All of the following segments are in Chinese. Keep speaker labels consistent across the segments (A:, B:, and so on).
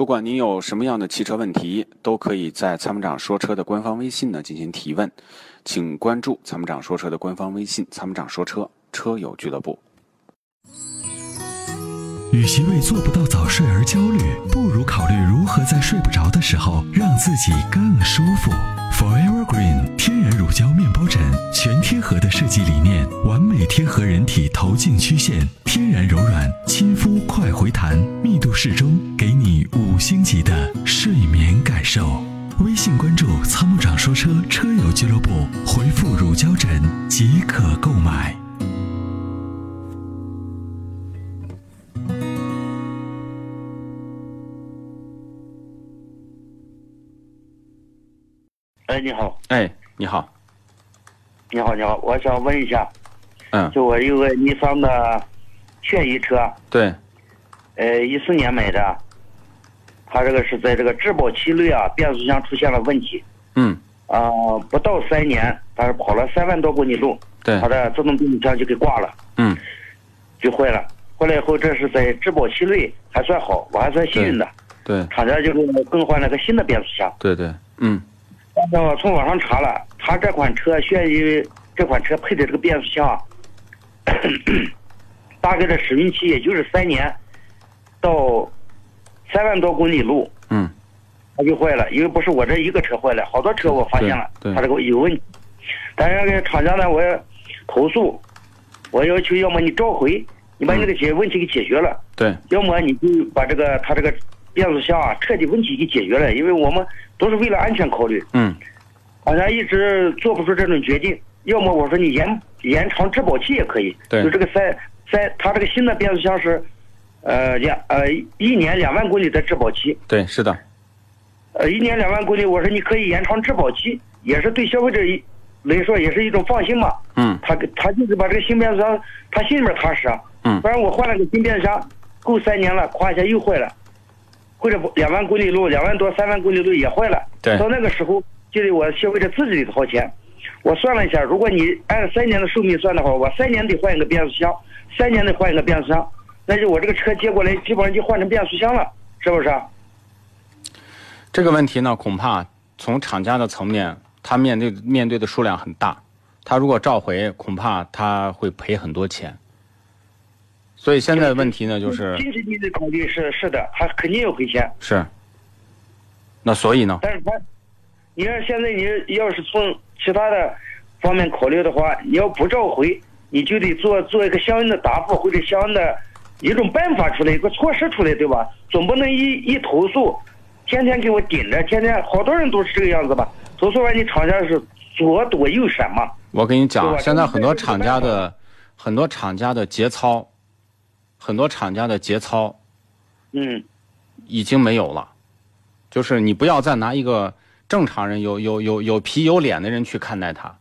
A: 不管您有什么样的汽车问题，都可以在参谋长说车的官方微信呢进行提问，请关注参谋长说车的官方微信“参谋长说车车友俱乐部
B: 与其为做不到早睡而焦虑，不如考虑如何在睡不着的时候让自己更舒服。Forever Green 天然乳胶面包枕，全贴合的设计理念，完美贴合人体头颈曲线，天然柔软，亲肤快回弹，密度适中，给你五星级的睡眠感受。微信关注“参谋长说车”车友俱乐部，回复“乳胶枕”即可购买。”。
C: 哎，你好，
A: 哎，你好，
C: 你好，你好，我想问一下，
A: 嗯，
C: 就我有个尼桑的轩逸车，
A: 对，
C: 呃，一四年买的，它这个是在这个质保期内啊，变速箱出现了问题，
A: 嗯，
C: 啊、不到三年，它是跑了三万多公里路，
A: 对
C: 它，的自动变速箱就给挂了，
A: 嗯，
C: 就坏了。坏了以后，这是在质保期内还算好，我还算幸运的，
A: 对，
C: 厂家就给我更换了个新的变速箱。
A: 对对，嗯，
C: 但是我从网上查了，他这款车轩逸这款车配的这个变速箱啊，大概的使用期也就是三年到三万多公里路，
A: 嗯，
C: 它就坏了。因为不是我这一个车坏了，好多车我发现了
A: 对对
C: 它这个有问题。但是那个厂家呢，我也投诉，我要求要么你召回，你把你这个
A: 嗯
C: 解问题给解决了。
A: 对，
C: 要么你就把这个它这个变速箱啊彻底问题给解决了，因为我们都是为了安全考虑，
A: 嗯，
C: 好像一直做不出这种决定。要么我说你延延长质保期也可以，
A: 对
C: 就这个三三，它这个新的变速箱是，呃两呃一年两万公里的质保期，
A: 对，是的，
C: 呃一年两万公里，我说你可以延长质保期，也是对消费者一来说也是一种放心嘛。
A: 嗯
C: 他他就是把这个新变速箱，他心里面踏实啊。
A: 嗯
C: 不然我换了个新变速箱，够三年了，夸一下又坏了，或者不两万公里路，两万多、三万公里路也坏了。
A: 对
C: 到那个时候就得我消费者自己得掏钱。我算了一下，如果你按三年的寿命算的话，我三年得换一个变速箱，三年得换一个变速箱，那就我这个车接过来基本上就换成变速箱了，是不是啊？
A: 这个问题呢，恐怕从厂家的层面，他面对面对的数量很大，他如果召回，恐怕他会赔很多钱。所以现在的问题呢，就是
C: 经济利益考虑是是的，他肯定要赔钱。
A: 是，那所以呢，
C: 但是他，你看现在你要是从其他的方面考虑的话，你要不召回，你就得做做一个相应的答复或者相应的一种办法出来，一个措施出来，对吧？总不能一一投诉，天天给我顶着，天天好多人都是这个样子吧？投诉完你厂家是左躲右闪嘛？
A: 我跟你讲
C: 对
A: 啊，
C: 吧
A: 现在很多厂家的很多厂家的节操，很多厂家的节操
C: 嗯，
A: 已经没有了，就是你不要再拿一个正常人有有有有皮有脸的人去看待他，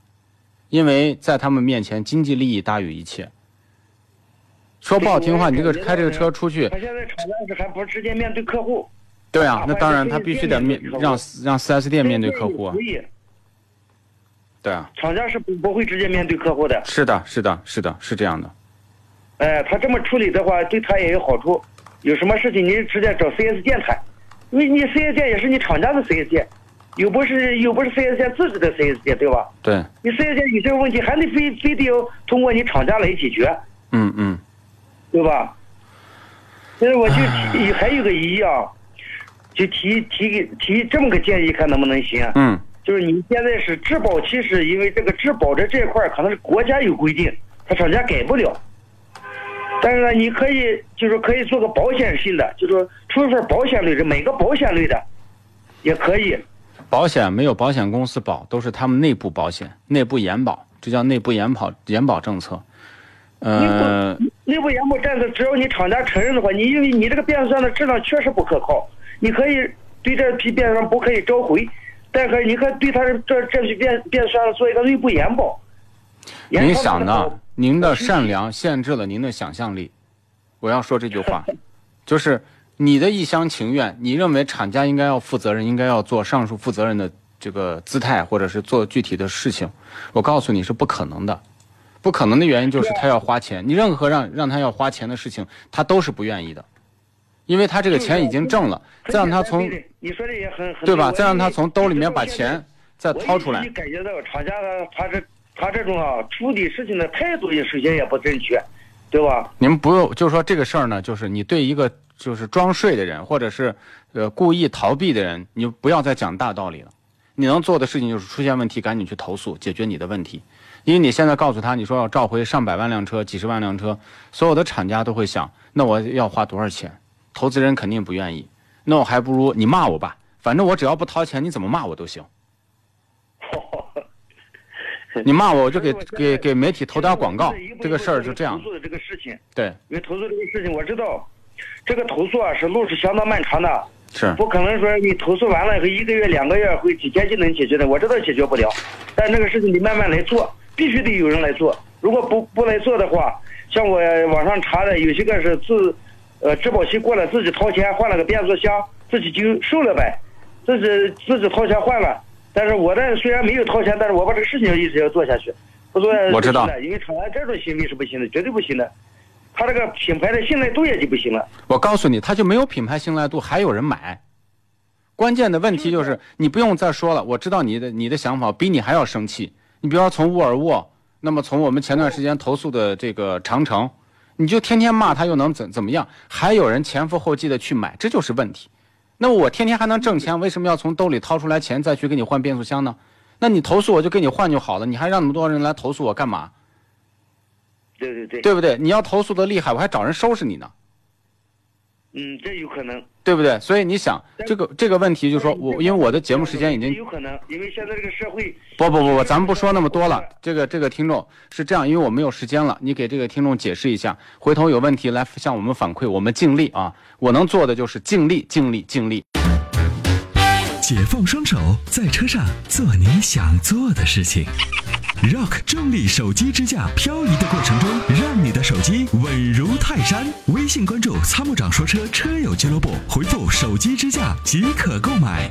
A: 因为在他们面前经济利益大于一切。说不好听话，你这个开这个车出去
C: 他，现在厂家是还不直接面对客户，
A: 对啊，那当然他必须得面让让 4S 店面对客户啊
C: 所，以
A: 对啊，
C: 厂家是不不会直接面对客户的。
A: 是的，是的，是的，是这样的，
C: 哎，他这么处理的话，对他也有好处。有什么事情您直接找 4S 店谈，你你 4S 店也是你厂家的 4S 店，又不是又不是 4S 店自己的 4S 店，对吧？
A: 对，
C: 你 4S 店你这个问题还得非非得要通过你厂家来解决，
A: 嗯嗯，
C: 对吧？所以我就提还有个疑义啊，就提提给提这么个建议，看能不能行啊？
A: 嗯，
C: 就是你现在是质保期，是因为这个质保的这一块儿可能是国家有规定，它厂家改不了。但是呢，你可以就是可以做个保险性的，就是说出一份保险类的，每个保险类的也可以。
A: 保险没有保险公司保，都是他们内部保险，内部延保，这叫内部延保延保政策。呃，
C: 内部延保政策，只要你厂家承认的话，你因为你这个变速箱的质量确实不可靠，你可以对这批变速箱不可以召回，但可以你可以对它这这批变变速箱做一个内部延保。
A: 您
C: 延长它
A: 想
C: 的
A: 呢
C: 保？
A: 您的善良限制了您的想象力。我要说这句话，就是你的一厢情愿，你认为厂家应该要负责任，应该要做上述负责任的这个姿态，或者是做具体的事情。我告诉你是不可能的，不可能的原因就是他要花钱，你任何让让他要花钱的事情，他都是不愿意的，因为他这个钱已经挣了，
C: 很
A: 再让他
C: 简单
A: 从
C: 对的你说的也很很
A: 对吧？
C: 我
A: 再让他从兜里面把
C: 我现在
A: 钱再掏出
C: 我一
A: 来
C: 直，感觉到厂家他他这他这种啊处理事情的态度也首先也不正确，对吧？
A: 你们不用，就是说这个事儿呢，就是你对一个就是装睡的人，或者是呃故意逃避的人，你就不要再讲大道理了。你能做的事情就是出现问题赶紧去投诉，解决你的问题。因为你现在告诉他，你说要召回上百万辆车、几十万辆车，所有的厂家都会想，那我要花多少钱？投资人肯定不愿意。那我还不如你骂我吧，反正我只要不掏钱，你怎么骂我都行。你骂我，我就给
C: 所以我现在
A: 给给媒体投点广告
C: 我一步一。步
A: 这个事儿就这样
C: 投，诉的这个事情，
A: 对，
C: 因为投诉这个事情我知道，这个投诉啊是路是相当漫长的，
A: 是
C: 不可能说你投诉完了以后一个月两个月会几天就能解决的，我知道解决不了，但这个事情你慢慢来做，必须得有人来做，如果不不来做的话，像我网上查的，有些个是自，呃质保期过了自己掏钱换了个变速箱，自己就受了呗，自己自己掏钱换了，但是我这虽然没有掏钱，但是我把这个事情一直要做下去，不做
A: 我知道
C: 不行的因为厂家这种行为是不行的，绝对不行的，他这个品牌的信赖度也就不行了。
A: 我告诉你，他就没有品牌信赖度，还有人买。关键的问题就是，你不用再说了，我知道你的你的想法，比你还要生气。你比方说从沃尔沃，那么从我们前段时间投诉的这个长城，你就天天骂他又能怎怎么样？还有人前赴后继的去买，这就是问题。那么我天天还能挣钱，为什么要从兜里掏出来钱再去给你换变速箱呢？那你投诉我就给你换就好了，你还让那么多人来投诉我干嘛？
C: 对对对，
A: 对不对？你要投诉的厉害，我还找人收拾你呢，
C: 嗯，这有可能。
A: 对不对？所以你想这个这个问题，就是说我因为我的节目时间已经
C: 有可能，因为现在这个社会
A: 不不不不，咱们不说那么多了。这个这个听众是这样，因为我没有时间了，你给这个听众解释一下，回头有问题来向我们反馈，我们尽力啊。我能做的就是尽力，尽力，尽力。
B: 解放双手，在车上做你想做的事情。Rock 重力手机支架，漂移的过程中，让你的手机稳如泰山。微信关注“参谋长说车”车友俱乐部，回复“手机支架”即可购买。